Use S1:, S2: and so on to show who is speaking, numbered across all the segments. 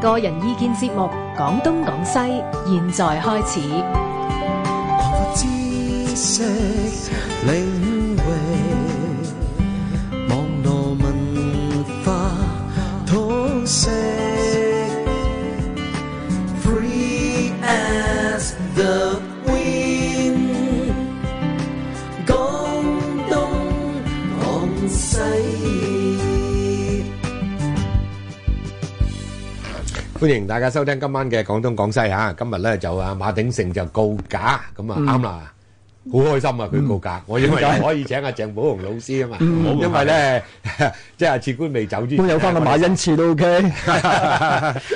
S1: 個人意見節目《廣東廣西》，現在開始。
S2: 我知識領域，網絡文化通識，free as the wind。廣東廣西。
S3: 歡迎大家收聽今晚嘅廣東廣西啊！今日咧就啊馬鼎盛就告假，咁啊啱啦，好開心啊！佢告假，我因為
S4: 點解
S3: 可以請阿鄭寶雄老師啊嘛，
S4: 嗯
S3: 因為咧 即係阿次官未走之前
S4: 咁有翻個馬恩賜都 OK。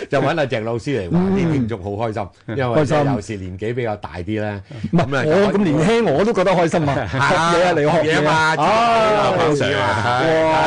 S3: 就揾阿鄭老師嚟玩，啲聽眾好開心，因為
S4: 開心
S3: 有時年紀比較大啲咧，
S4: 唔係
S3: 啊
S4: 我咁年輕，我都覺得開心啊！學嘢 啊，你學
S3: 學嘢啊嘛，
S4: 啊，
S3: 跑水啊嘛，係
S4: 哇！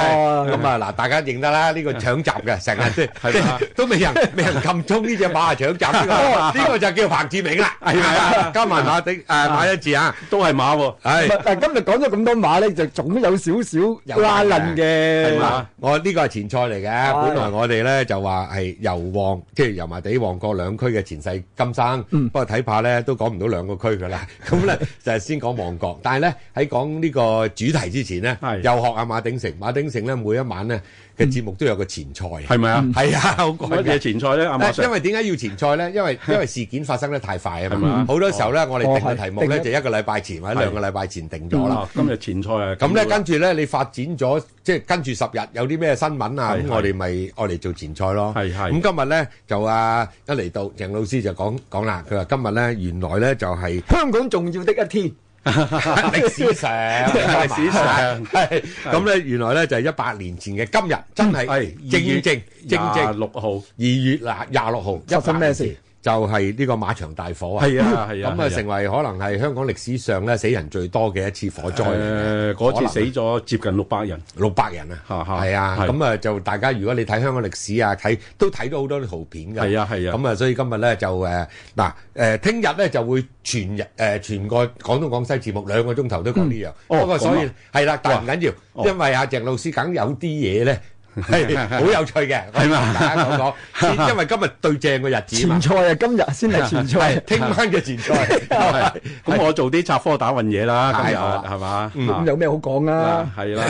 S3: 咁 啊嗱，大家認得啦， 呢個搶閘嘅，成 日都
S5: 係嘛
S3: 都未人 未人撳中呢只馬啊係搶閘 呢個，呢個就叫彭志明啦，哦啊 係咪啊？加埋馬鼎誒馬一字 啊，
S5: 都係馬喎。
S4: 唔
S3: 係
S4: 係。但係今日講咗咁多馬咧，就總有少少拉楞
S3: 係
S4: 嘅。
S3: 嘛？我呢個係啊前菜嚟嘅，本來我哋咧就話係油旺，即係油麻地旺角兩區嘅前世今生。不過睇怕咧都講唔到兩個區噶啦， 咁咧就係先講旺角。但係咧喺講呢個主題之前咧，
S5: 係
S3: 又學阿馬鼎盛，馬鼎盛咧每一晚咧嘅節目都有個前菜，嗯係
S5: 係咪啊？
S3: 係啊，好過癮嘅。
S5: 乜嘢前菜呢？阿馬
S3: 誒
S5: Sir？
S3: 因為點解要前菜咧？因 為因為事件發生得太快啊
S5: 係咪
S3: 嘛
S5: 啊，
S3: 好多時候咧，我哋定嘅
S4: 哦係
S3: 題目咧
S4: 定咗
S3: 就一個禮拜前或者兩個禮拜前定咗啦。
S5: 啊，今日前菜啊，
S3: 咁咧，
S5: 見到啦。
S3: 跟住咧，你發展咗，即係跟住十日有啲咩新聞啊？咁
S5: 係係
S3: 我哋咪我嚟做前菜咯。
S5: 係係
S3: 咁今日咧就啊，一嚟到鄭老師就講講啦，佢話今日咧原來咧就 係
S4: 香港重要的一天，
S3: 歷史上，
S5: 歷史上
S3: 係咁咧，原來咧就係一百年前嘅今日，真係
S5: 係，
S3: 正正正正
S5: 26號。係啊，
S3: 二月嗱廿六號，
S4: 發生咩
S3: 100年
S4: 事
S3: 前就係呢個馬場大火啊！
S5: 係啊，
S3: 咁啊，
S5: 係啊。
S3: 成為可能係香港歷史上咧死人最多嘅一次火災嚟嘅。
S5: 誒，嗰次
S3: 可能啊。
S5: 死咗接近600人。
S3: 六百人啊，
S5: 嚇嚇
S3: 係啊，
S5: 係
S3: 咁啊就大家如果你睇香港歷史啊，睇都睇到好多啲圖片㗎，
S5: 係啊係啊
S3: 咁啊所以今日咧就誒嗱誒，聽日咧就會全日誒全個廣東廣西節目兩個鐘頭都講呢樣，
S5: 嗯哦
S3: 不過所
S5: 咁
S3: 以
S5: 啊
S3: 係啦，但係唔緊
S5: 哦
S3: 要，因為阿鄭老師梗有啲嘢咧。係好有趣嘅，
S5: 係嘛
S3: 大家講 講先，因為今日對正個日子嘛
S4: 前，菜啊，今日先係
S3: 係
S4: 前菜。
S3: 聽晚嘅前菜，
S5: 係。咁我做啲插科打諢嘢啦，
S3: 係，
S5: 今日，
S3: 好啊。
S5: 係嘛？
S4: 咁有咩好講啊？
S5: 嗱，係啦，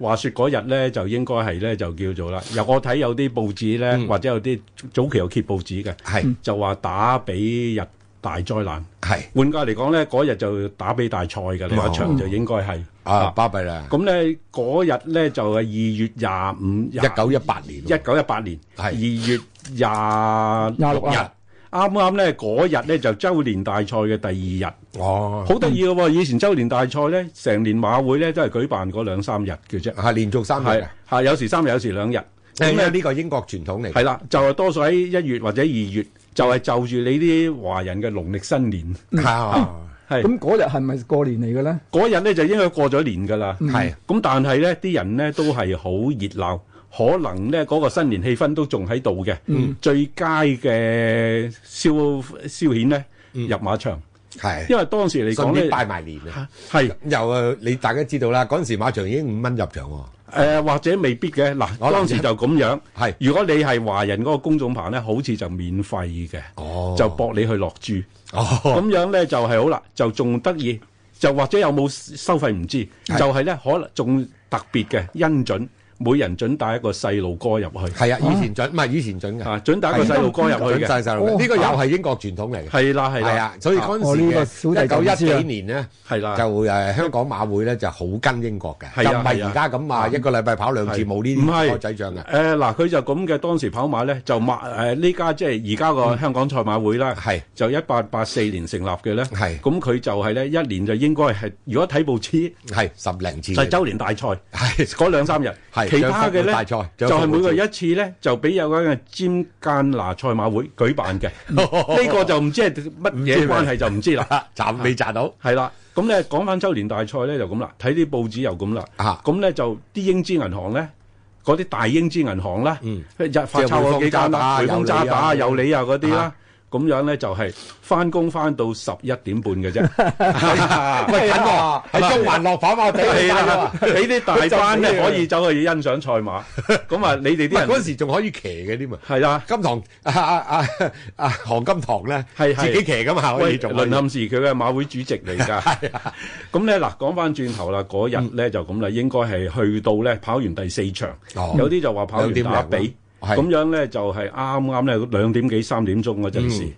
S5: 嗱，話說嗰日呢，就應該係呢，就叫做啦，有-我睇有啲報紙呢，
S3: 嗯。
S5: 或者有啲早期有揭報紙嘅，
S3: 係
S5: 就話打比日大災難。
S3: 係
S5: 換句話嚟講咧，嗰日就打比大賽嘅另外一場就應該係
S3: 啊，。巴閉啦，
S5: 咁咧嗰日咧就係二月廿五
S3: 一九一八年
S5: 一九一八年
S3: 係
S5: 二月廿
S4: 廿六
S3: 六日
S4: 啊，，
S5: 啱啱咧嗰日咧就周年大賽嘅第二日，
S3: 哦，
S5: 好得意嘅喎！以前周年大賽咧，成年馬會咧都係舉辦嗰兩三日嘅啫，
S3: 係連續三日
S5: 係
S3: 啊。
S5: 係有時三日，有時兩日。
S3: 因
S5: 咁
S3: 為
S5: 咧
S3: 呢個英國傳統嚟嘅，
S5: 係啦，就係多數喺一月或者二月，就係就住你啲華人嘅農曆新年，
S3: 啊，
S5: 係
S4: 咁嗰日係咪過年嚟嘅咧？
S5: 嗰日咧就應該過咗年㗎啦。
S3: 係
S5: 咁但係咧，啲人咧都係好熱鬧，可能咧嗰、個新年氣氛都仲喺度嘅。嗯、最佳嘅消消遣咧，入馬場，
S3: 係，
S5: 因為當時嚟
S3: 順
S5: 講
S3: 便
S5: 咧，
S3: 拜埋年啊。
S5: 係
S3: 又誒，你大家知道啦，嗰陣時馬場已經五蚊入場喎，
S5: 誒、或者未必嘅。嗱，
S3: 可能
S5: 當時就咁樣。
S3: 係
S5: 如果你係華人嗰個公眾棚咧，好似就免費嘅，
S3: 哦
S5: 就搏你去落注。
S3: 哦，
S5: 咁樣咧就係好啦，就仲得意，就或者有冇收費唔知，就
S3: 係
S5: 係咧可能仲特別嘅恩準，每人準帶一個細路哥入去。
S3: 係啊，以前準唔係以前準嘅，
S5: 啊，準打個細路哥入去
S3: 準
S5: 嘅，
S3: 晒細路，
S4: 哦
S3: 呢個又係英國傳統嚟嘅，
S5: 係啦係
S3: 係
S5: 啦
S3: 啊，所以嗰
S4: 我呢個
S3: 陣時
S4: 小弟
S3: 嘅一九
S4: 就唔知啦
S3: 一幾年咧，
S5: 係啦，
S3: 就誒香港馬會咧就好跟英國嘅，
S5: 係啊
S3: 就唔係
S5: 係啊
S3: 而家咁啊，一個禮拜跑兩次
S5: 係
S3: 冇呢
S5: 唔
S3: 啲
S5: 係
S3: 開仔仗嘅，
S5: 誒嗱，佢就咁嘅。當時跑馬咧就馬誒呢家即係而家個香港賽馬會啦，
S3: 係
S5: 就一八八四年成立嘅咧。
S3: 係
S5: 咁佢就係咧一年就應該係，如果睇報紙
S3: 係十零次
S5: 就
S3: 嘅，
S5: 係 周年大賽。
S3: 係
S5: 嗰兩三日，
S3: 係
S5: 其他
S3: 獎
S5: 嘅咧
S3: 罰會大賽
S5: 就
S3: 獎罰會
S5: 係每個一次咧，就俾有間嘅尖間拿賽馬會舉 辦嘅。呢個就唔知係乜
S3: 唔知咩
S5: 嘢關係就唔知啦。
S3: 賺未賺到
S5: 係啦，咁咧講翻周年大賽咧就咁啦，睇啲報紙又咁啦。
S3: 啊？
S5: 咁咧就啲英資銀行咧，嗰啲大英資銀行啦，
S3: 嗯
S5: 日發抄嗰幾間啦，
S3: 即係匯豐渣打
S5: 匯豐渣打、
S3: 有
S5: 有
S3: 利
S5: 利啊嗰啲啦，咁樣咧就係翻工翻到十一點半 嘅啫。
S3: 喂，近喎，喺中環落跑馬地
S5: 係
S3: 係
S5: 啦
S3: 啦，，
S5: 你啲大班咧可以走去欣賞賽馬，咁啊你哋啲
S3: 喂 嗰
S5: 人
S3: 陣時仲可以騎嘅添啊！
S5: 係啦，
S3: 金堂啊啊啊啊韓金堂咧，
S5: 係係
S3: 自己騎咁嘛，可
S5: 喂
S3: 以仲可
S5: 淪
S3: 以
S5: 陷時佢嘅馬會主席 嚟㗎。咁咧嗱，講翻轉頭啦，嗰日咧就咁啦，應該係去到咧跑完第四場，
S3: 哦
S5: 有啲就話跑完
S3: 兩點零
S5: 打
S3: 啦
S5: 比，
S3: 係
S5: 咁樣咧就係啱啱咧兩點幾三點鐘嗰陣時，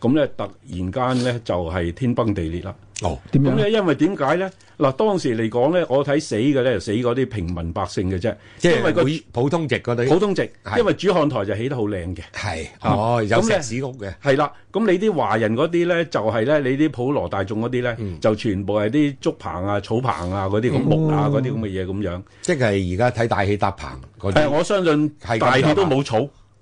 S5: 咁咧突然間咧就係天崩地裂啦。
S3: 哦，
S4: 點
S5: 咁
S4: 樣？
S5: 咧，因為點解咧？嗱，當時嚟講咧，我睇死嘅咧，死嗰啲平民百姓嘅啫，
S3: 即
S5: 因為
S3: 係
S5: 個
S3: 會普通席嗰
S5: 普
S3: 啲
S5: 通席，
S3: 係
S5: 因為主看台就起得好靚嘅，
S3: 係
S5: 啊
S3: 哦，有
S5: 咁咧
S3: 石屎屋嘅，
S5: 係啦。咁你啲華人嗰啲咧，就係、咧，你啲普羅大眾嗰啲咧，就全部係啲竹棚啊、草棚啊嗰啲咁木啊嗰啲咁嘅嘢咁樣。
S3: 即係而家睇大氣搭棚嗰
S5: 誒，
S3: 啲。
S5: 我相信
S3: 係咁
S5: 大
S3: 㗎嘛
S5: 氣都冇草，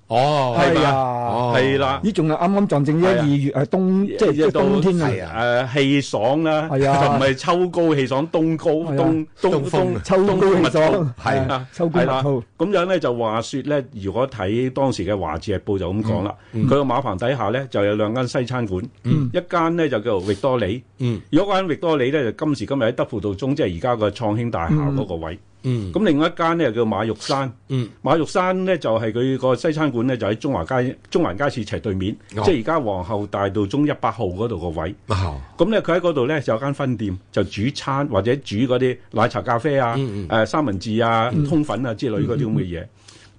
S3: 哦，
S5: 係嘛
S4: 啊，
S3: 哦
S5: 係啦。
S4: 咦，仲係啱啱撞正一
S5: 係啊
S4: 二月係冬，即係即係
S5: 到
S4: 冬天
S3: 係
S4: 啊，
S5: 誒氣爽啦，就
S4: 係啊
S5: 唔係秋高氣爽，冬高
S4: 係啊
S5: 冬
S3: 冬
S5: 冬
S3: 風
S5: 冬
S4: 秋高
S5: 冬
S4: 氣
S5: 蜜桃
S4: 爽，
S3: 係
S5: 啊
S4: 秋高
S5: 係
S4: 蜜
S5: 啦
S4: 號，
S5: 咁樣咧就話説咧，如果睇當時嘅《華字日報》就咁講啦，佢個、馬棚底下咧就有兩間西餐館，一間咧就叫做域多里，
S3: 嗯
S5: 有一間域多里咧就今時今日喺德輔道中，即係而家個創興大廈嗰個位。
S3: 嗯
S5: 咁、另外一間咧就叫馬玉山，
S3: 嗯
S5: 馬玉山咧就係佢個西餐館咧就喺中華街中環街市斜對面，
S3: 哦
S5: 即係而家皇后大道中一百號嗰度個位。
S3: 哦
S5: 咁咧，佢喺嗰度咧就有間分店，就煮餐或者煮嗰啲奶茶、咖啡啊、誒、
S3: 嗯嗯
S5: 三文治啊、
S4: 嗯
S5: 通粉啊之類嗰啲咁嘅嘢。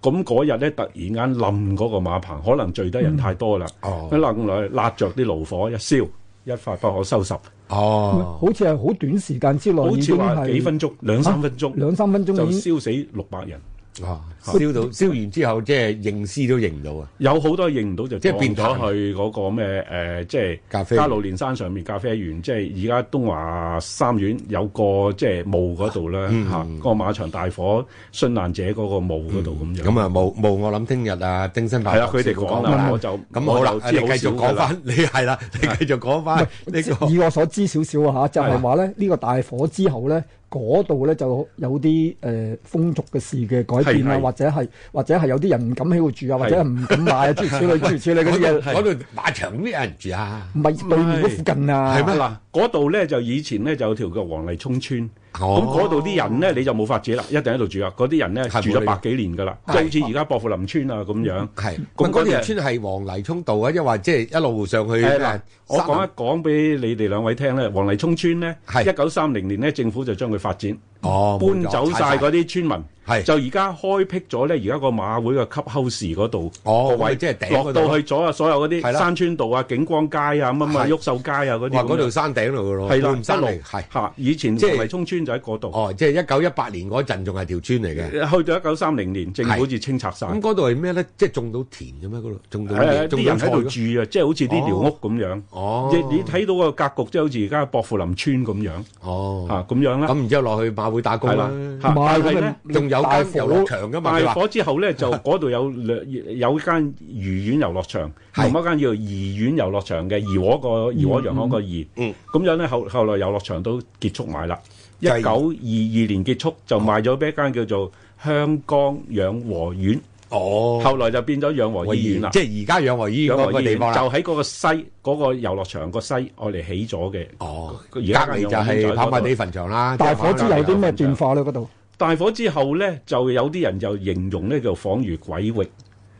S5: 咁嗰日咧，突然間冧嗰個馬棚，可能聚得人太多啦，
S4: 嗯
S3: 哦
S5: 佢冧落去，辣着啲爐火一燒，一發不可收拾。
S3: 哦，
S4: 好似係好短時間之內
S5: 好
S4: 已
S5: 似
S4: 經
S5: 話幾
S4: 係啊
S5: 分鐘，兩三分鐘
S4: 兩三分
S5: 就
S4: 鐘已經
S5: 燒死六百人，
S3: 哦，燒到燒完之後，即係認屍都認唔到啊！
S5: 有好多認唔到就
S3: 即
S5: 即
S3: 係變
S5: 係
S3: 淡
S5: 咗去嗰個咩誒、呃即係
S3: 咖啡園
S5: 加路連山上面咖啡園，即係而家東華三院有個即係墓嗰度啦
S3: 嗯
S5: 嚇，個馬場大火殉難者嗰個墓嗰度咁樣。
S3: 咁啊，冇冇，我諗聽日啊，丁新發
S5: 係啦，佢哋講啦，我就
S3: 咁好啦
S5: 我，就
S3: 你
S5: 知
S3: 繼續
S5: 少㗎
S3: 講
S5: 啦
S3: 翻，你係啦，你繼續講翻呢個
S4: 以我所知少少啊嚇，就係
S5: 係
S4: 話咧呢個大火之後咧，嗰度咧就有啲誒、呃、風俗嘅事嘅改變啊，
S5: 係係
S4: 或者係或者係有啲人唔敢喺度住啊，或者係唔敢買啊，諸如此類諸如 此類嗰啲
S3: 嗰度
S4: 嘢，
S3: 嗰度馬場邊有人住啊？
S4: 唔係對面嗰附近啊，
S5: 係咩？嗱，嗰度咧就以前咧就有條叫黃泥涌村，咁
S3: 哦
S5: 嗰度啲人咧你就冇法子啦，一定喺度住啊！嗰啲人咧
S3: 係
S5: 住
S3: 冇理
S5: 咗百幾年㗎啦，即係好似而家薄扶林村啊咁樣。
S3: 係，咁
S5: 咁
S3: 嗰啊條
S5: 嗰條
S3: 村係黃泥涌道啊，抑或即啊係啊一路上去
S5: 誒
S3: 咩
S5: 嗱，我
S3: 山
S5: 講一講俾你哋兩位聽咧，黃泥涌村咧，
S3: 係
S5: 一九三零年咧，政府就將佢發展，
S3: 哦，
S5: 搬走晒
S3: 嗰
S5: 嗰啲村民，
S3: 係
S5: 就而家開闢咗咧，而家個馬會嘅級後士嗰度
S3: 哦
S5: 個
S3: 咁咪
S5: 位，
S3: 即係頂嗰
S5: 落
S3: 度咯
S5: 到去咗啊，所有嗰
S3: 係
S5: 啲
S3: 啦
S5: 山村道啊、景光街啊、乜
S3: 係
S5: 乜毓秀街啊嗰啲咁
S3: 哇
S5: 樣，
S3: 嗰度山頂度嘅咯，
S5: 係啦，
S3: 半山嚟
S5: 一路
S3: 係
S5: 嚇，以前
S3: 即係
S5: 黃泥涌村就喺嗰度，
S3: 哦，即係一九一八年嗰陣仲係條村嚟嘅。
S5: 去到一九三零年，政府好似清拆晒。
S3: 咁嗰度係咩咧？即係種到田嘅咩？嗰度種到
S5: 誒
S3: 嘢種
S5: 啲
S3: 到
S5: 人
S3: 菜
S5: 喺度
S3: 嘅
S5: 住啊，即係好似啲寮屋咁樣。
S3: 哦
S5: 你你睇到個格局，即係好似而家薄扶林村咁樣嚇，
S3: 哦，
S5: 咁樣啦。
S3: 咁然之後落去馬會打工
S5: 係
S3: 啦
S5: 啦，，嚇
S4: 買
S5: 但係
S4: 咁
S5: 咧
S4: 啊，
S3: 仲有
S4: 大
S3: 間遊樂
S4: 火。
S3: 場噶嘛？佢話
S5: 大火之後咧，就嗰度有兩有間愉園遊樂場，
S3: 係
S5: 同一間叫做怡園遊樂場嘅怡和個怡和洋行個怡，
S3: 嗯
S5: 咁樣咧後後來遊樂場都結束埋啦。一
S3: 就
S5: 九
S3: 係
S5: 二二年結束就賣咗俾一間叫做香港養和院，
S3: 哦，
S5: 後來就變咗養和醫院啦。
S3: 即係而家養和醫院
S5: 養
S3: 嗰
S5: 和
S3: 個
S5: 醫院
S3: 地
S5: 就
S3: 方啦。
S5: 喺嗰個西嗰個遊樂場個西，我哋起咗嘅。
S3: 哦，
S5: 而
S3: 而
S5: 家
S3: 家嚟就係
S5: 係
S3: 跑馬地墳場啦。
S4: 大火之後有啲咩變
S5: 變
S4: 化咧？嗰度
S5: 大火之後咧，就有啲人就形容咧叫仿如鬼域。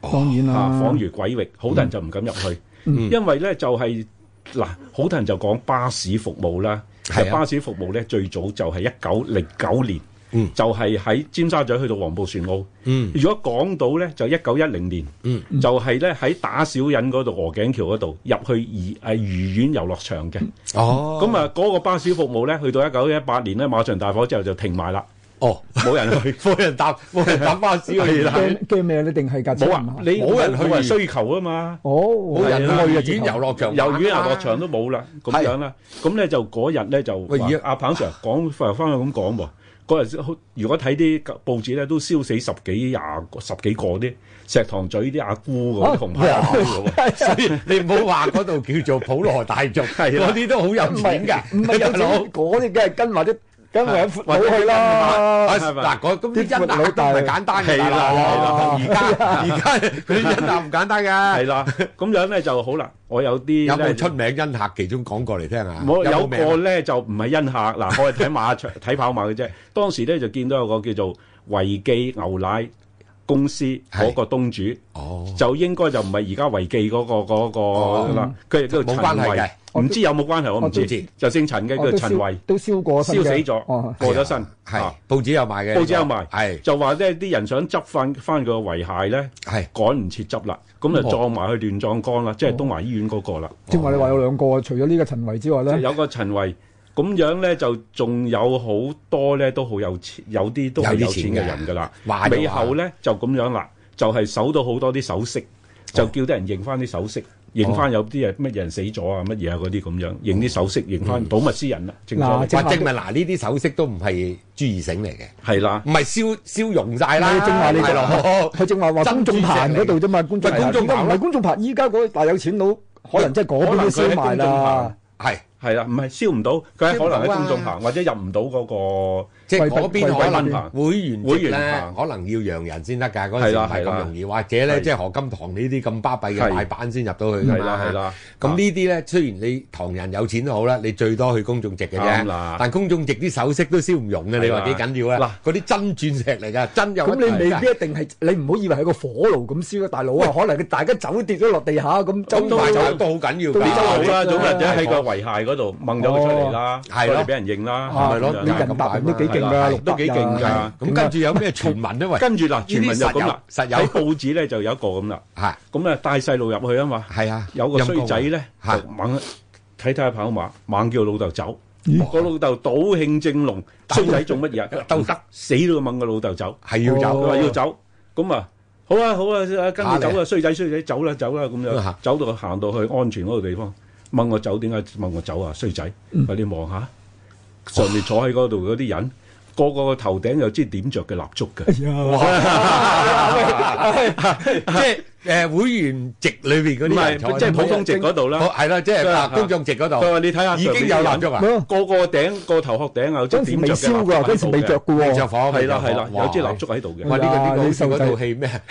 S4: 當然
S5: 啊，
S4: 啦，
S5: 仿如鬼域，好多人就唔敢入去，
S3: 嗯
S5: 因為咧就係、嗱，好多人就講巴士服務啦，
S3: 係啊
S5: 其實巴士服務咧最早就係一九零九年，
S3: 嗯
S5: 就係喺尖沙咀去到黃埔船澳。
S3: 嗯
S5: 如果講到咧，就一九一零年，
S3: 嗯
S5: 就係咧喺打小人嗰度鵝頸橋嗰度入去怡誒愉園遊樂場嘅。
S3: 哦，
S5: 咁啊，嗰個巴士服務咧，去到一九一八年咧，馬場大火之後就停埋啦，
S3: 哦，
S5: 冇人 去。
S3: 冇人搭冇人搭巴士去
S5: 係啦
S4: 驚驚咩咧？定係架車
S5: 冇
S4: 唔
S5: 啊
S4: 行，
S5: 你
S3: 冇人去
S5: 冇需求啊嘛。
S4: 哦，
S3: 冇人去
S4: 去
S5: 係啊
S3: 啊！
S4: 啊！
S3: 院
S4: 直
S3: 遊
S4: 頭
S3: 樂場，
S5: 遊園遊樂場都冇啦，咁
S3: 係
S5: 樣啦。咁咧就嗰日咧就
S3: 喂而家
S5: 阿彭 Sir 講翻翻去咁講喎。嗰日如果睇啲報紙咧，都燒死十幾廿個十幾個啲石塘咀啲阿姑嗰啲紅
S3: 哦
S5: 牌阿姑㗎 喎。
S3: 所以你唔好話嗰度叫做普羅大眾，
S5: 係啦
S3: 嗰啲都好有
S4: 唔
S3: 錢㗎
S4: 係，唔係有
S3: 大佬
S4: 錢，嗰啲梗係跟埋啲梗係冇去啦。
S5: 係咪
S3: 嗱，嗰咁啲恩納都唔係簡單嘅，
S5: 係啦
S3: 大佬
S5: 係
S3: 而家而家佢啲恩納唔簡單㗎。
S5: 係啦，咁樣咧就好啦。我有啲
S3: 有冇
S5: 呢
S3: 出名恩客其中講過嚟聽下？
S5: 冇有
S3: 有啊
S5: 個
S3: 個
S5: 咧就唔係恩客 嗱，我係睇馬場睇跑馬嘅啫。當時咧就見到有個叫做維記牛奶公司
S3: 係
S5: 嗰個東主，
S3: 哦，
S5: 就應該就唔係而家維記嗰個嗰個啦，佢係叫
S3: 冇關係嘅
S5: 陳慧，唔知有冇關係我唔
S3: 我都知
S5: 知，就姓陳嘅
S4: 哦
S5: 叫
S4: 都
S5: 陳
S4: 燒
S5: 慧，
S4: 都燒過身
S5: 燒
S4: 嘅
S5: 死
S4: 哦
S5: 咗，過咗身，
S3: 係
S5: 啊
S3: 報紙有賣嘅，
S5: 報紙有賣
S3: 係
S5: 就話咧啲人想執翻翻個遺骸咧，
S3: 係
S5: 趕唔切執啦，咁
S3: 哦
S5: 就撞埋去亂葬崗啦，即係東華醫院嗰個啦。
S4: 正話你話有兩個，除咗呢個陳維之外
S5: 即係
S4: 咧，
S5: 有個陳慧咁樣咧，就仲有好多咧都好有錢，有啲都係
S3: 有
S5: 有
S3: 啲錢
S5: 錢
S3: 嘅
S5: 嘅人㗎啦。
S3: 話就
S5: 尾
S3: 話
S5: 後咧就咁樣啦，就係搜到好多啲首
S3: 哦
S5: 飾，就叫啲人認翻啲首飾，認翻有啲嘢乜人死咗啊乜嘢啊嗰啲咁樣，認啲首飾，認翻睹物思人啦，啊正所
S4: 嗱
S5: 謂
S4: 正
S3: 話
S4: 話
S3: 證明嗯嗱呢啲首飾都唔係珠意繩嚟嘅，
S5: 係啦
S3: 唔。係燒燒溶晒啦，
S4: 你正話你
S3: 係咯
S4: 佢正話話
S3: 珍
S4: 公
S3: 珠
S4: 眾
S3: 石
S4: 壇
S3: 嚟
S4: 嗰度啫嘛，公眾
S3: 喂公眾
S4: 而家
S3: 壇
S4: 唔
S3: 咯
S4: 係公眾壇，依家嗰個大有錢佬可能真係嗰邊都燒埋啦。
S3: 係
S5: 係啦，唔係燒唔到，佢喺可能喺公眾行或者入唔到嗰個
S3: 即係
S4: 貴賓
S3: 嗰邊可
S5: 貴賓
S3: 能
S5: 棚
S3: 會員席
S5: 會員
S3: 咧，
S5: 棚
S3: 可能要洋人先得㗎，嗰陣時唔
S5: 係啦
S3: 係
S5: 係啦
S3: 咁容易，或者咧
S5: 係
S3: 即係何金堂呢啲咁巴閉嘅
S5: 係
S3: 大板先入到去㗎
S5: 係
S3: 嘛
S5: 啦係。啦，
S3: 咁呢啲咧，雖然你唐人有錢都好啦，你最多去公眾席嘅
S5: 啱
S3: 啫
S5: 啦。
S3: 但公眾席啲首飾都燒唔溶嘅，你
S5: 係啦
S3: 話幾緊要啊？嗱，嗰啲真鑽石嚟㗎，真有
S4: 咁你未
S3: 得睇
S4: 必
S3: 㗎
S4: 一定係，你唔好以為係個火爐咁燒啊，大佬啊，可能佢大家走跌咗落地下咁，周
S3: 咁
S4: 圍
S3: 賣
S4: 走
S3: 酒都好緊要
S4: 都
S5: 呢
S4: 周
S5: 周
S4: 圍
S5: 圍啦，
S4: 啦
S5: 總或者喺個遺骸嗰度掹咗佢出嚟啦，
S3: 係咯
S5: 佢哋俾人認啦，
S4: 啊
S3: 咪咯
S5: 咁樣
S4: 你人達人都幾勁
S5: 係啦
S4: 㗎，
S5: 都幾勁
S4: 㗎。
S5: 㗎。
S3: 咁跟住有咩傳聞咧？喂，
S5: 跟住嗱，
S3: 呢啲
S5: 傳聞就咁啦，
S3: 實有實有
S5: 喺報紙咧就有一個咁啦，
S3: 係
S5: 咁啊帶細路入去啊嘛，
S3: 係啊，
S5: 有個衰仔咧
S3: 陰公啊
S5: 就猛睇睇下跑馬，猛叫老豆走
S4: 咦。
S5: 個老豆賭慶正龍，衰仔做乜嘢？
S3: 鬥
S5: 唔得，死都要掹個老豆走。
S3: 係要
S5: 佢
S3: 有
S4: 哦
S5: 話要走，咁啊，好啊好啊，跟住
S3: 打
S5: 走
S3: 你
S5: 啊，衰仔衰仔走啦走啦咁樣
S3: 啊，
S5: 走到行到去安全嗰個地方，問我走點解問我走啊？衰仔，快啲望下上面坐喺嗰度嗰啲人，個個個頭頂有支點着嘅蠟燭
S4: 哎
S5: 嘅，
S3: 即係誒會員席裏邊嗰
S5: 唔
S3: 啲人
S5: 係
S3: 坐
S5: 即係普通席嗰度啦。
S3: 係啦，即係啊公眾席嗰
S5: 佢
S3: 度
S5: 話你睇下
S3: 已經有蠟燭啊，
S4: 咩啊
S5: 個個頂個頭殼頂有支
S4: 嗰陣時
S5: 點
S4: 未
S5: 着嘅
S4: 燒㗎，
S5: 蠟燭
S4: 嗰陣時未着㗎
S3: 未
S4: 喎
S3: 着。火，
S5: 係啦
S3: 未
S5: 係
S3: 着
S5: 啦
S3: 火，
S5: 有支蠟燭。
S3: 哇
S5: 喺度
S3: 哇！
S5: 嘅，啊
S3: 呢個呢個好似嗰
S4: 哎呀
S3: 套
S4: 你
S3: 戲咩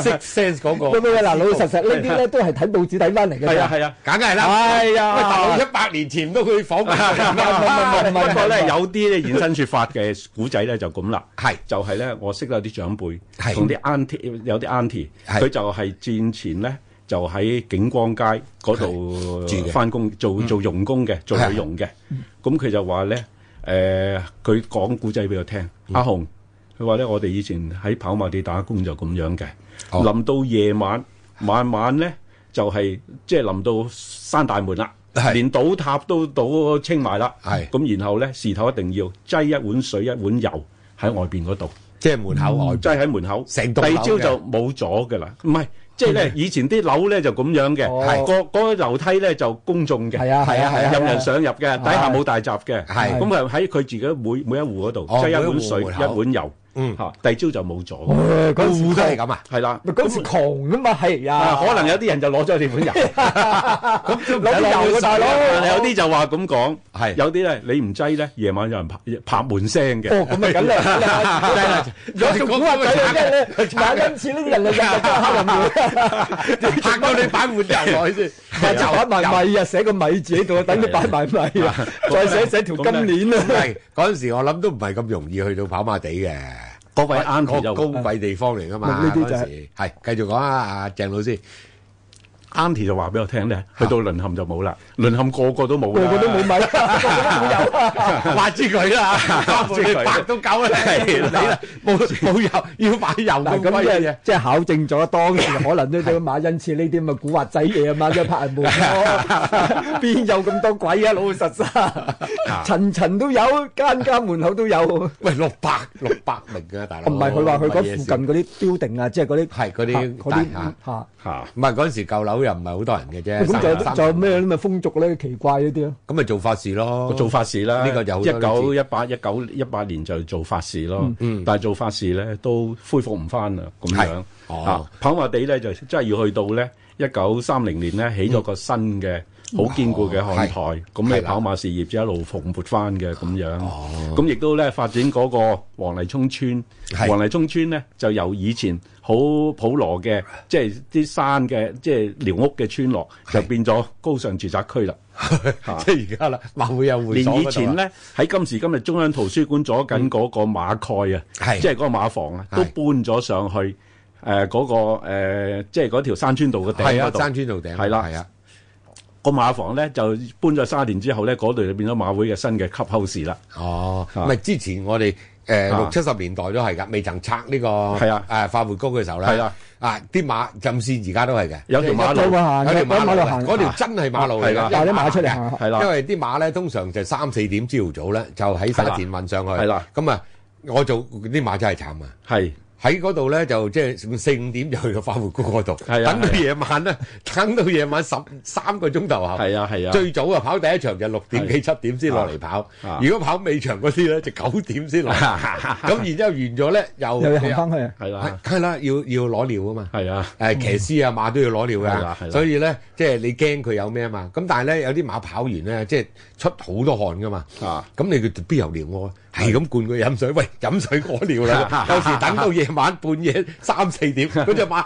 S3: Six Sense 嗰個，
S4: 喂喂喂，嗱老老實實呢啲咧都係睇報紙睇翻嚟嘅。
S5: 係啊係啊。
S3: 梗係啦。
S4: 哎呀
S3: 喂，大佬一百年前都去訪問人啦，
S5: 不過咧，有啲咧現身説法嘅 古仔咧就咁啦，
S3: 係
S5: 就係咧，我識得有啲長輩
S3: 係，
S5: 同啲 auntie 有啲 auntie，
S3: 係
S5: 佢就係戰前咧就喺景光街嗰度
S3: 住嘅嗯
S5: 翻工，做做傭工嘅，做女傭嘅。咁佢就話咧，誒，佢講古仔俾我聽，
S3: 嗯
S5: 阿紅，佢話咧，我哋以前喺跑馬地打工就咁樣嘅，
S3: 哦
S5: 臨到夜晚，晚晚咧就係即係臨到閂大門啦
S3: 係。
S5: 連倒塔都倒清埋啦，
S3: 係
S5: 咁然後咧，事頭一定要擠一碗水一碗油喺外邊嗰度，
S3: 即係門口外邊。
S5: 擠喺門口。
S3: 成
S5: 第
S3: 棟樓
S5: 二
S3: 嘅
S5: 朝就冇咗㗎啦，唔係即係咧，以前啲樓咧就咁樣嘅
S4: 哦，
S5: 個嗰個樓梯咧就公眾嘅，
S4: 係啊係啊係啊
S5: 任人上入嘅，底下冇大閘嘅，
S3: 係
S5: 咁啊喺佢自己每每一戶嗰度
S3: 哦
S5: 擠一碗水
S3: 每一戶門
S5: 一
S3: 口
S5: 碗油，
S3: 嗯
S5: 嚇第二朝就冇咗，
S4: 唉嗰陣時
S3: 戶都係咁啊！
S5: 係啦，
S4: 咪嗰陣時狂㗎嘛，係
S5: 啊
S4: 啊，
S5: 可能有啲人就攞咗你 碗油。
S4: 攞啲油嘅大佬。
S5: 有啲就話咁講，
S3: 係
S5: 有啲咧你唔擠咧，夜晚有人拍拍門聲嘅。
S4: 哦，咁 咪梗係梗係
S3: 真係
S4: 有做古惑仔嘅真係咧， 嗱因此呢啲 人就日日都黑人嘅，
S3: 拍到你擺碗油落去先，
S4: 就擺埋米啊，寫個米字喺度，等你擺埋米啊，再寫寫條金鏈啊。
S3: 係嗰陣時，我諗都唔係咁容易去到跑馬地嘅，
S5: 嗰位啱佢
S3: 個高
S5: 就
S3: 貴地方嚟噶嘛。
S4: 呢啲
S3: 嗰
S4: 就係
S3: 陣時係繼續講啊，阿鄭老 師
S5: 啱就話俾我聽咧，去到淪陷就冇啦，淪陷個個都冇
S4: 個
S5: 啦，
S4: 個都冇米，個個都冇油啊！
S3: 話知佢啦，話
S5: 知佢
S3: 白都夠 啦，你啦，冇冇油要買油 咁
S4: 嗱，咁
S3: 貴
S4: 即
S3: 嘅
S4: 係
S3: 嘢。
S4: 即係考證咗當時可能都都馬恩賜呢啲咁嘅古惑仔嘢啊嘛，即係拍人 門咯，邊有咁多鬼啊？老老實
S3: 啊
S4: 實，層層都有，間間門口都有。唔
S3: 喂，六百六百名嘅大佬，
S4: 係佢話佢嗰
S3: 哦乜嘢
S4: 附
S3: 事
S4: 近嗰啲 building 啊，即係嗰啲
S3: 係嗰啲
S4: 嗰
S3: 大
S4: 啲
S3: 廈
S4: 嚇。
S5: 嚇。
S3: 唔係嗰陣時舊樓又唔係好多人嘅啫，
S4: 咁仲有
S3: 三
S4: 仲有咩？咁嘅風俗咧？奇怪嗰啲啊咯，
S3: 咁咪做法事咯，
S5: 做法事啦，
S3: 呢個有好
S5: 一
S3: 多例子
S5: 九一八一九一八年就做法事咯，但係做法事咧都恢復唔翻啦，咁
S3: 係
S5: 樣
S3: 哦
S5: 啊跑馬地咧就真係要去到咧一九三零年咧起咗個新嘅好堅固嘅
S3: 哦係
S5: 看台，
S3: 係
S5: 咁
S3: 啦
S5: 你跑馬事業就一路蓬勃翻嘅咁樣。咁亦都咧發展嗰個黃泥涌村，
S3: 係
S5: 黃泥涌村咧就由以前好普羅嘅，即係啲山嘅，即係寮屋嘅村落，就變咗高尚住宅區啦。
S3: 即係而家啦，話會有會
S5: 連
S3: 所
S5: 以
S3: 嗰度啊
S5: 前
S3: 啦，
S5: 咧喺今時今日中央圖書館左緊嗰個馬蓋啊，
S3: 係
S5: 即係嗰個馬房啊，
S3: 係
S5: 都搬咗上去誒嗰、個、呃、即係嗰條山村道嘅頂
S3: 係
S5: 嗰
S3: 啊，
S5: 度。
S3: 山村道頂
S5: 係啦
S3: 係啊，
S5: 個馬房咧就搬咗沙田之後咧，嗰度就變咗馬會嘅新嘅級後市啦。
S3: 哦，唔
S5: 啊
S3: 係之前我哋誒
S5: 啊
S3: 六七十年代都係㗎，未曾拆呢個
S5: 係啊
S3: 誒化活谷嘅時候咧，
S5: 係啊
S3: 啊啲馬浸線而家都係嘅。
S5: 有條馬
S4: 一
S5: 路
S4: 路行
S3: 有條
S4: 嘅，喺馬路
S3: 馬
S4: 行啊
S3: 路，嗰條真係馬路嚟
S5: 係
S3: 㗎，因
S5: 啦
S3: 為
S4: 帶啲馬出嚟行下
S5: 係啦
S3: 因為啲馬咧通常就三四點朝早咧就喺沙田運上去，
S5: 係啦
S3: 咁啊，我做啲馬真係慘啊！
S5: 係
S3: 喺嗰度咧就即係四五點就去到花湖谷嗰度，
S5: 係啊
S3: 等到夜晚咧，等到夜晚十三個鐘頭後，
S5: 係啊係啊，
S3: 最早啊跑第一場就六點幾七點先落嚟跑
S5: 啊，
S3: 如果跑尾場嗰啲咧就九點先落嚟， 咁然之後完咗咧又
S4: 又要行翻去啊。
S5: 係
S3: 係
S5: 啦
S3: 梗係啦，要要攞尿啊嘛。
S5: 係啊
S3: 誒騎師啊馬都要攞料
S5: 係啦係
S3: 㗎，
S5: 啦
S3: 所以咧即係你驚佢有咩啊嘛。咁但係咧有啲馬跑完咧，即係出好多汗㗎嘛。
S5: 啊
S3: 咁你佢邊有尿屙啊？係咁灌佢飲水，喂飲水屙尿 啦！有時等到夜晚半夜三四點，嗰只馬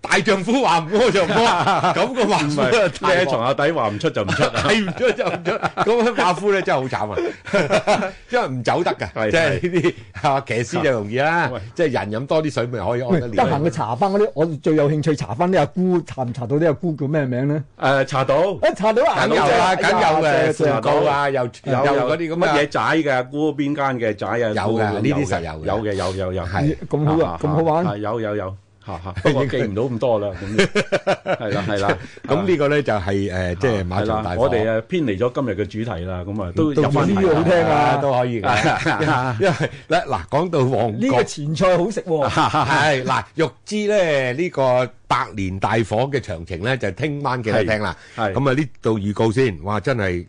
S3: 大丈夫話唔屙就唔 屙，咁個馬
S5: 唔
S3: 夫
S5: 係
S3: 啊
S5: 你喺床下底話唔出就唔出 啊！
S3: 睇唔出就唔出，咁樣馬夫咧真係好慘啊！因為唔走得㗎，
S5: 係
S3: 即係呢啲啊騎師就容易啦
S5: 喂，
S3: 即係人飲多啲水咪可以
S4: 喂
S3: 安得
S4: 得閒
S3: 尿。
S4: 去查翻嗰啲，我最有興趣查翻啲阿姑，查唔查到啲阿姑叫咩名咧？
S5: 誒查到。
S4: 一查到哎
S3: 梗
S4: 眼
S3: 有
S4: 嗰隻
S3: 啦，梗有嘅，船
S4: 正正
S5: 全部
S3: 告啊，又
S5: 有
S3: 又嗰
S5: 有
S3: 啲咁
S5: 乜嘢
S3: 嘅，
S5: 仔嘅，估邊間嘅仔啊？有
S3: 嘅呢啲實有嘅
S5: 有嘅，有有有，
S3: 係
S4: 咁
S5: ờ,
S4: 好啊，咁好玩。
S5: 係有有有，嚇嚇，不過記唔到咁多啦，咁係啦係啦，
S3: 咁呢個咧就係誒，
S5: Ờ,
S3: 即係馬
S5: 係
S3: 場大
S5: 啦，
S3: 火
S5: 我哋誒偏離咗今日嘅主題啦，咁啊都
S4: 都
S5: 入翻
S4: 呢
S5: 題
S4: 個好
S5: 啦
S4: 聽啊
S3: 都可 以嘅，因為咧嗱，講到旺
S4: 呢個
S3: 角
S4: 前菜好食
S3: 啊
S4: 喎，
S3: 係嗱，欲知咧呢個百年大火嘅詳情咧，就聽晚記得聽啦。
S5: 係
S3: 咁啊，呢度預告先，哇，真係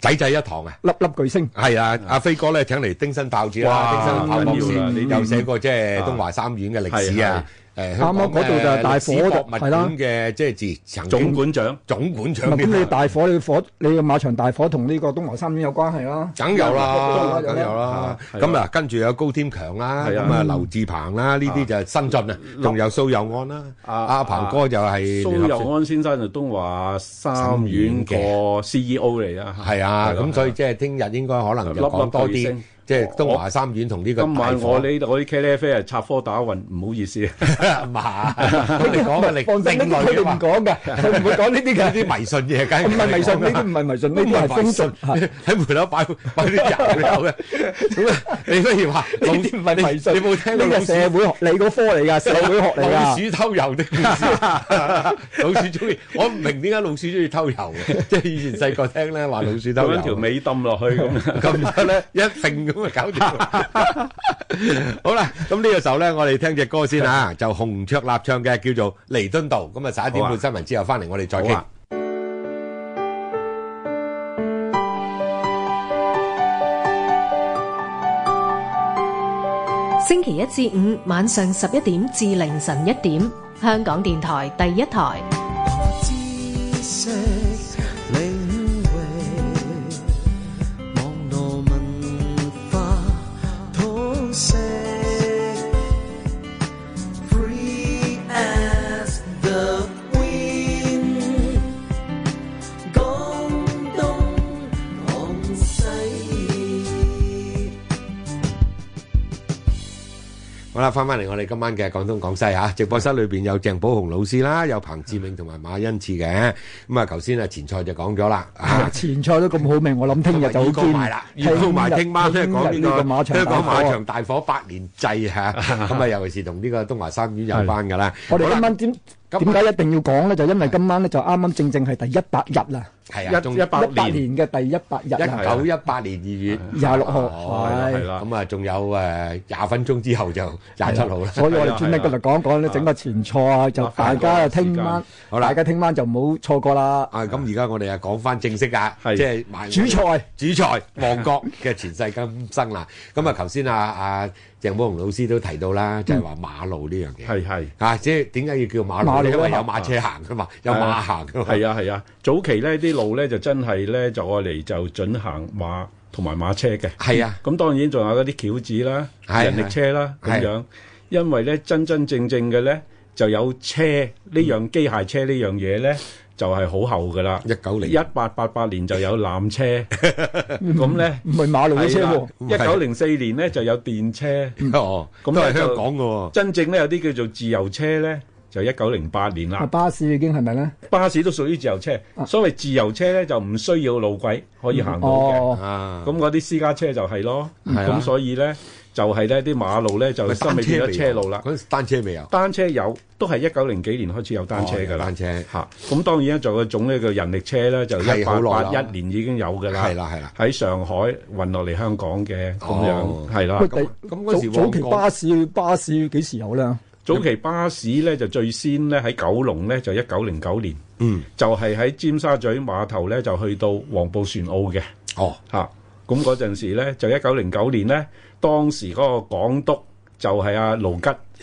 S3: 仔仔一堂啊！
S4: 粒粒巨星。
S3: 係啊，阿飛哥咧請嚟丁新豹子啦，
S5: 哇
S3: 丁新豹博
S5: 緊要啦呢
S3: 士
S5: 啲
S3: 又寫過即係東華三院嘅歷史啊，誒
S4: 啱啱嗰度就係大火
S3: 香港嘅歷史博
S4: 係啦
S3: 物館嘅即係自曾經
S5: 總館長
S3: 總館
S4: 唔
S3: 長
S4: 係
S3: 嘅
S4: 咁你大火，你火，你嘅馬場大火同呢個東華三院有關係啦。
S3: 梗有啦，
S4: 有啦
S3: 梗有啦。
S5: 係啊
S3: 咁啊，跟住有高添強啦，
S5: 係啊
S3: 咁啊劉志鵬啦，呢啲就係新進啊，仲有蘇佑安啦，
S5: 啊
S3: 阿鵬哥就係
S5: 蘇
S3: 聯合
S5: 佑安先生就東華三院個 CEO 嚟啦，
S3: 係啊，
S5: 係啦
S3: 咁所以即係聽日應該可能就
S5: 粒粒
S3: 講多
S5: 巨
S3: 啲
S5: 星，
S3: 即係東華三院同呢個
S5: 今
S3: 大
S5: 晚我
S3: 火
S5: 呢我啲茄喱啡係插科打諢，唔好意思。
S3: 唔啊係咁你講嘅
S4: 放心，
S3: 另
S4: 呢啲佢
S3: 類
S4: 哋
S3: 啊嘛
S4: 唔。講嘅，佢唔會講呢啲
S3: 呢
S4: 嘅。
S3: 啲迷信嘢， 梗係
S4: 唔係迷信，呢啲唔係迷信，呢啲係封信。係
S3: 喺門口擺擺啲油有嘅。咁啊，你不如話
S4: 呢啲唔係迷信，
S3: 你冇聽過
S4: 呢個
S3: 老
S4: 係社
S3: 鼠
S4: 會學，你嗰科嚟㗎，社會學嚟
S3: 老
S4: 㗎。
S3: 鼠偷油的故事？ 老鼠中意，我唔明點解老鼠中意偷 油嘅，即係以前細個聽咧話老鼠偷
S5: 咁樣條
S3: 油。
S5: 尾抌落去咁。
S3: 咁唔得咧，一揈咁 啊搞掂。好啦，咁呢個時候咧，我哋聽只歌先啊，就洪卓立唱嘅叫做《彌敦道》。咁啊，十一點半新聞之後翻嚟，我哋再
S5: 好
S3: 傾
S5: 啊。
S1: 星期一至五晚上十一點至凌晨一點，香港電台第一台。
S2: 知識領域，網絡文化通識。Free as the wind，廣東廣西。
S3: 好啦，翻翻嚟我哋今晚嘅廣東廣西嚇，直播室裏邊有鄭寶雄老師啦，有彭志銘同埋馬恩賜嘅。咁啊，頭先啊前菜就講咗啦，啊
S4: 前菜都咁好味，我諗聽日就好
S3: 預告
S4: 堅。
S3: 埋啦，預告埋聽晚咧講
S4: 聽日個
S3: 呢
S4: 馬
S3: 個香
S4: 場大
S3: 港馬
S4: 火。
S3: 場大火百年祭 嚇，咁啊尤其是同呢個東華三院有關㗎啦。
S4: 我哋今晚點
S3: 今
S4: 點解一定要講咧？就因為今晚咧就啱啱正正係第一百日啦，
S3: 係啊，仲
S5: 一一
S3: 一
S5: 百
S4: 一百
S5: 年
S4: 年嘅第一百日啦，
S3: 九一八年二月
S4: 廿六號
S3: 哦
S5: 係啦
S4: 係
S5: 係啦，
S3: 咁啊，仲有誒廿分鐘之後就廿七號啦。
S4: 所以我哋專登今日講講咧整個前菜啊，就大家聽晚，
S3: 好啦
S4: 大家聽晚就唔好錯過啦。
S3: 啊，咁而家我哋啊講翻正式啊，即
S5: 係
S3: 係埋
S4: 主菜
S3: 主菜旺角嘅前世今生啦。咁啊，頭先啊啊鄭寶雄老師都提到啦，就係話馬路呢樣嘢。
S5: 係係
S3: 啊，即係點解要叫馬路
S4: 馬路
S3: 呢？因為
S4: 啊
S3: 有馬車行噶嘛，有馬行噶嘛。
S5: 係啊係啊，早期咧啲路咧就真係咧就愛嚟就準行馬同埋馬車嘅。
S3: 係啊，
S5: 咁當然仲有嗰啲轎子啦、
S3: 係
S5: 人力車啦咁
S3: 係
S5: 樣，因為咧真真正正嘅咧就有車呢樣機械車呢樣嘢咧就係好後噶啦。
S3: 一九零
S5: 一八八八年就有 纜車，咁咧
S4: 唔係馬路嘅車喎，
S3: 嗯
S5: 一九零四年咧就有電車，
S3: 哦，
S5: 咁
S3: 都係
S5: 咧
S3: 香
S5: 就
S3: 港噶喎。
S5: 真正咧有啲叫做自由車咧就一九零八年
S4: 啊
S5: 啦。
S4: 巴士已經係咪咧？
S5: 巴士都屬於自由車，所謂自由車咧就唔需要路軌可以行到嘅。
S4: 哦，
S3: 啊，
S5: 咁嗰啲私家車就係咯，
S3: 係啊
S5: 咁所以咧就係咧啲馬路咧就
S3: 咪
S5: 心
S3: 單
S5: 裏變
S3: 車
S5: 咗
S3: 未
S5: 車
S3: 有
S5: 路啦。
S3: 嗰陣時單車未有，
S5: 單車有，都係一九零幾年開始有單車㗎
S3: 哦
S5: 啦。
S3: 單車
S5: 嚇，咁當然咧仲有一種咧叫人力車咧，就一
S3: 係好
S5: 八
S3: 耐
S5: 八
S3: 啦
S5: 一年已經有㗎啦。
S3: 係啦係啦。
S5: 喺上海運落嚟香港嘅咁
S3: 哦
S5: 樣，係啦
S4: 喂，。
S3: 咁
S4: 第
S3: 咁嗰時
S4: 早早期
S3: 旺角
S4: 巴士巴士幾時有咧？
S5: 早期巴士咧就最先咧喺九龍咧就一九零九年，
S3: 嗯，
S5: 就係喺尖沙咀碼頭咧就去到黃埔船澳嘅。
S3: 哦，
S5: 嚇。啊咁嗰陣時咧，就一九零九年咧，當時嗰個港督就係阿盧吉。